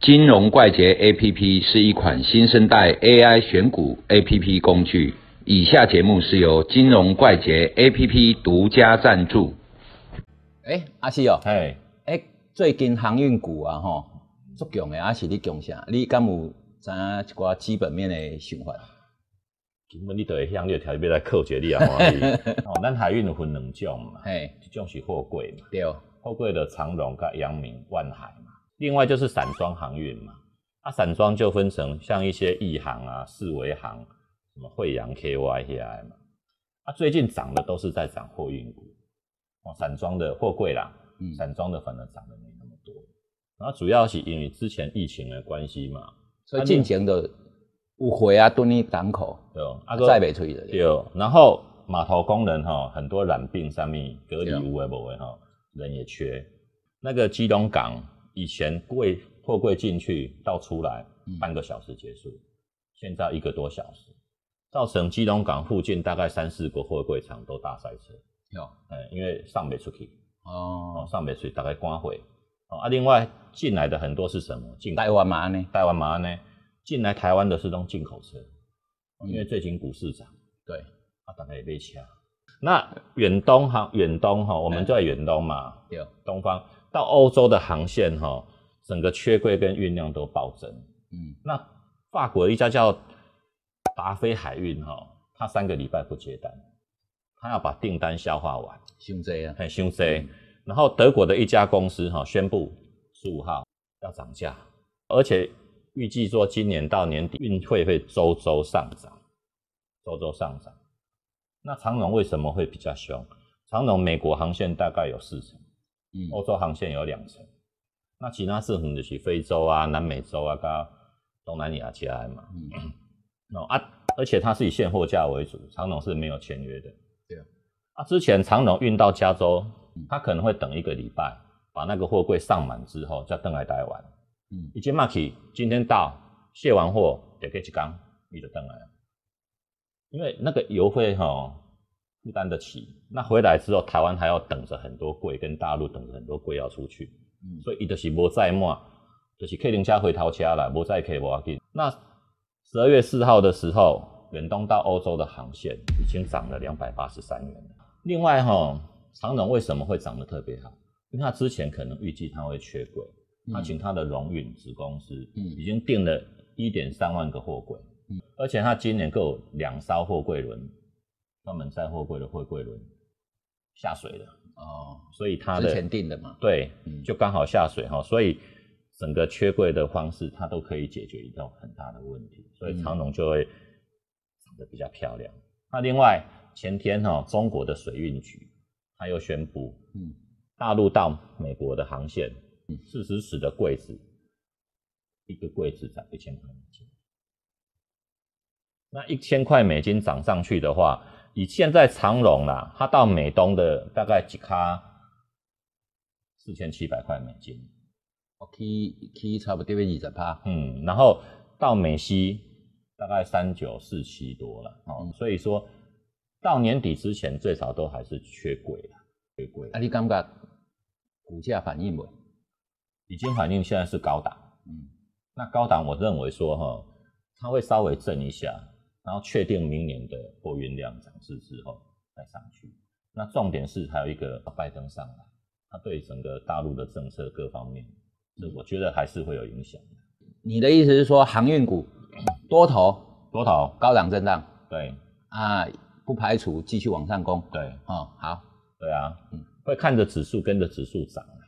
金融怪杰 APP 是一款新生代 AI 选股 APP 工具。以下节目是由金融怪杰 APP 独家赞助。诶、阿西哦，哎，诶、最近航运股啊，吼，足强的，啊是你强啥？你敢有知影一寡基本面的想法？根本你就会向你就条要来扣决你啊！欢喜哦，咱海运有分两种嘛，嘿，一种是货柜嘛，对，货柜的长荣、跟阳明、万海嘛，另外就是散装航运嘛。啊，散装就分成像一些义航啊、四维航、什么惠阳 KY 下来嘛。啊，最近涨的都是在涨货运股，哦，散装的货柜啦，嗯，散装的反而涨得没那么多。然后主要是因为之前疫情的关系嘛，所以进前就有货啊，蹲去港口，对哦，啊啊，还有再袂出去了。对，然后码头工人哈，很多染病上面隔离无为不为哈，人也缺。那个基隆港以前柜货柜进去到出来嗯半个小时结束，现在一个多小时，造成基隆港附近大概三四个货柜厂都大塞车。对，嗯，因为上不出去，哦，哦，上不出去大概关会。哦啊，另外进来的很多是什么？进口台湾嘛安尼，台湾嘛呢？进来台湾的是用进口车，因为最近股市涨。对，啊，大概也被掐。那远东航远东哈，我们就在远东嘛，对，东方到欧洲的航线哈，整个缺柜跟运量都暴增。嗯，那法国一家叫达菲海运哈，它三个礼拜不接单，它要把订单消化完，伤济啊，很凶塞。然后德国的一家公司哈宣布十五号要涨价，而且预计说今年到年底运费会周周上涨，周周上涨。那长荣为什么会比较凶？长荣美国航线大概有四成，嗯，欧洲航线有两成，那其他四成就是非洲啊、南美洲啊、跟东南亚起来嘛。嗯，哦啊，而且它是以现货价为主，长荣是没有签约的。对啊。啊，之前长荣运到加州嗯，它可能会等一个礼拜，把那个货柜上满之后再登来台湾。嗯嗯。已经 m a r 今天到卸完货，得给一缸，你就登来了。因为那个邮费哈、负担得起，那回来之后台湾还要等着很多柜，跟大陆等着很多柜要出去。嗯所以伊就是无载满，就是客人车回头车啦，无载客无要紧。那十二月四号的时候，远东到欧洲的航线已经涨了两百八十三元了。另外哈、长荣为什么会涨得特别好？因为它之前可能预计它会缺柜，它请它的荣运子公司嗯已经订了一点三万个货柜，而且它今年够有两艘货柜轮，专门载货柜的货柜轮下水了，哦，所以它的之前定的嘛，对嗯，就刚好下水哈，所以整个缺柜的方式，它都可以解决一道很大的问题，所以长龙就会长得比较漂亮。那另外前天哈，中国的水运局它又宣布，嗯，大陆到美国的航线，四十尺的柜子，一个柜子涨一千块美金。那一千块美金涨上去的话，以现在长荣啦，它到美东的大概几咖四千七百块美金，我哦起起差不多要二十趴，嗯，然后到美西大概三九四七多了哦，所以说到年底之前最少都还是缺柜了，缺柜啊，你感觉股价反应未？已经反映现在是高档，嗯，那高档我认为说哈，它会稍微震一下，然后确定明年的货运量涨势之后再上去。那重点是还有一个拜登上来，他对整个大陆的政策各方面，这我觉得还是会有影响的。你的意思是说航运股多头多头，高档震荡对啊，不排除继续往上攻对哦，好，对啊，嗯会看着指数跟着指数涨啊。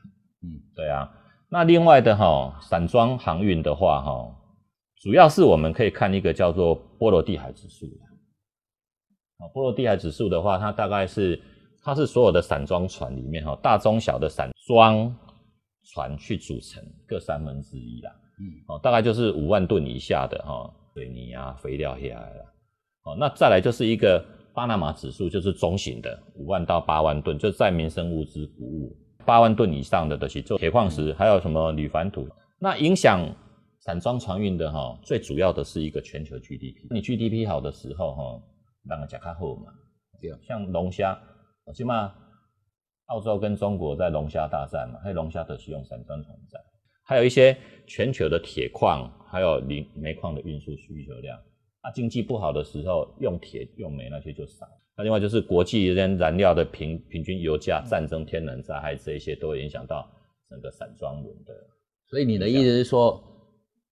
嗯对啊，那另外的哈、散装航运的话哈、主要是我们可以看一个叫做波罗的海指数的。啊，波罗的海指数的话，它大概是它是所有的散装船里面哈、大中小的散装船去组成各三分之一啦。嗯哦，大概就是五万吨以下的哈、水泥啊、肥料下来了。哦，那再来就是一个巴拿马指数，就是中型的五万到八万吨，就在民生物资、谷物。八万吨以上的东西，就铁矿石，还有什么铝矾土。那影响散装船运的哈、最主要的是一个全球 GDP。你 GDP 好的时候哈、让人家看后嘛。对像龙虾，哦起码澳洲跟中国在龙虾大战嘛，那龙虾都是用散装船在。还有一些全球的铁矿还有磷煤矿的运输需求量。啊，经济不好的时候，用铁、用煤那些就少。那另外就是国际间燃料的平平均油价、战争、天然灾害这一些，都会影响到整个散装轮的。所以你的意思是说，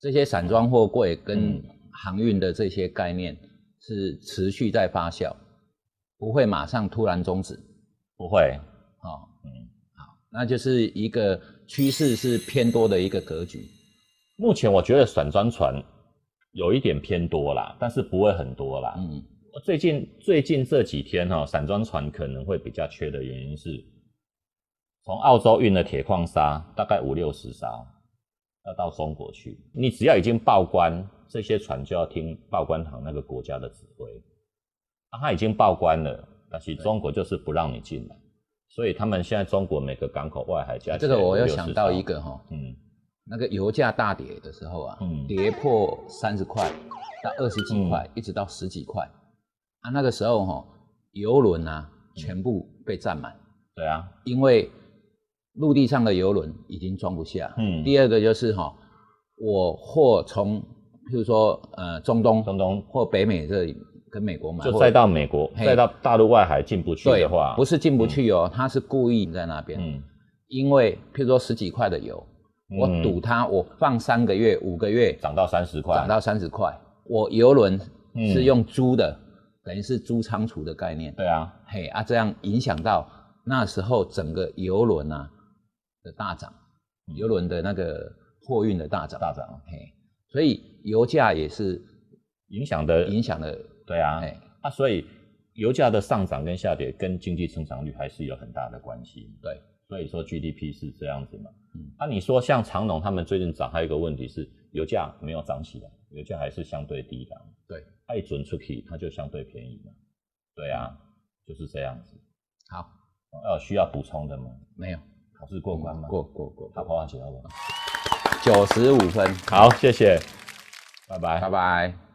这些散装货柜跟嗯航运的这些概念是持续在发酵，不会马上突然终止不会，哦。嗯，那就是一个趋势是偏多的一个格局。目前我觉得散装船有一点偏多啦，但是不会很多啦。嗯，最近最近这几天哈、散装船可能会比较缺的原因是，从澳洲运的铁矿砂大概五六十艘要到中国去，你只要已经报关，这些船就要听报关行那个国家的指挥。啊，他已经报关了，但是中国就是不让你进来，所以他们现在中国每个港口外海加起这来个我又5-60艘想到一，个哈、哦，嗯那个油价大跌的时候啊，嗯跌破三十块到二十几块，一直到十几块啊，那个时候哈、游轮啊全部被占满，对啊，因为陆地上的游轮已经装不下。嗯第二个就是哈、我货从譬如说呃中东中东或北美这里跟美国买，就或再到美国，嘿再到大陆外海进不去对的话，不，是进不去哦，他是故意在那边，嗯，因为譬如说十几块的油，我嗯赌它我放三个月五个月涨到三十块，涨到三十块，我游轮嗯是用租的，等于是租仓储的概念，对啊，嘿啊，这样影响到那时候整个游轮啊的大涨，嗯游轮的那个货运的大涨，大涨，嘿，所以油价也是影响的影响了，对啊，哎啊，所以油价的上涨跟下跌跟经济成长率还是有很大的关系。对，所以说 GDP 是这样子嘛。嗯啊，你说像长农他们最近涨，还有一个问题是油价没有涨起来，油价还是相对低档。对，它一准出去，它就相对便宜嘛。对嗯啊，就是这样子。好，呃，需要补充的吗？没有考试过关吗？嗯过。过过好，花花姐，好不好？九十五分，好，谢谢，拜拜拜。拜。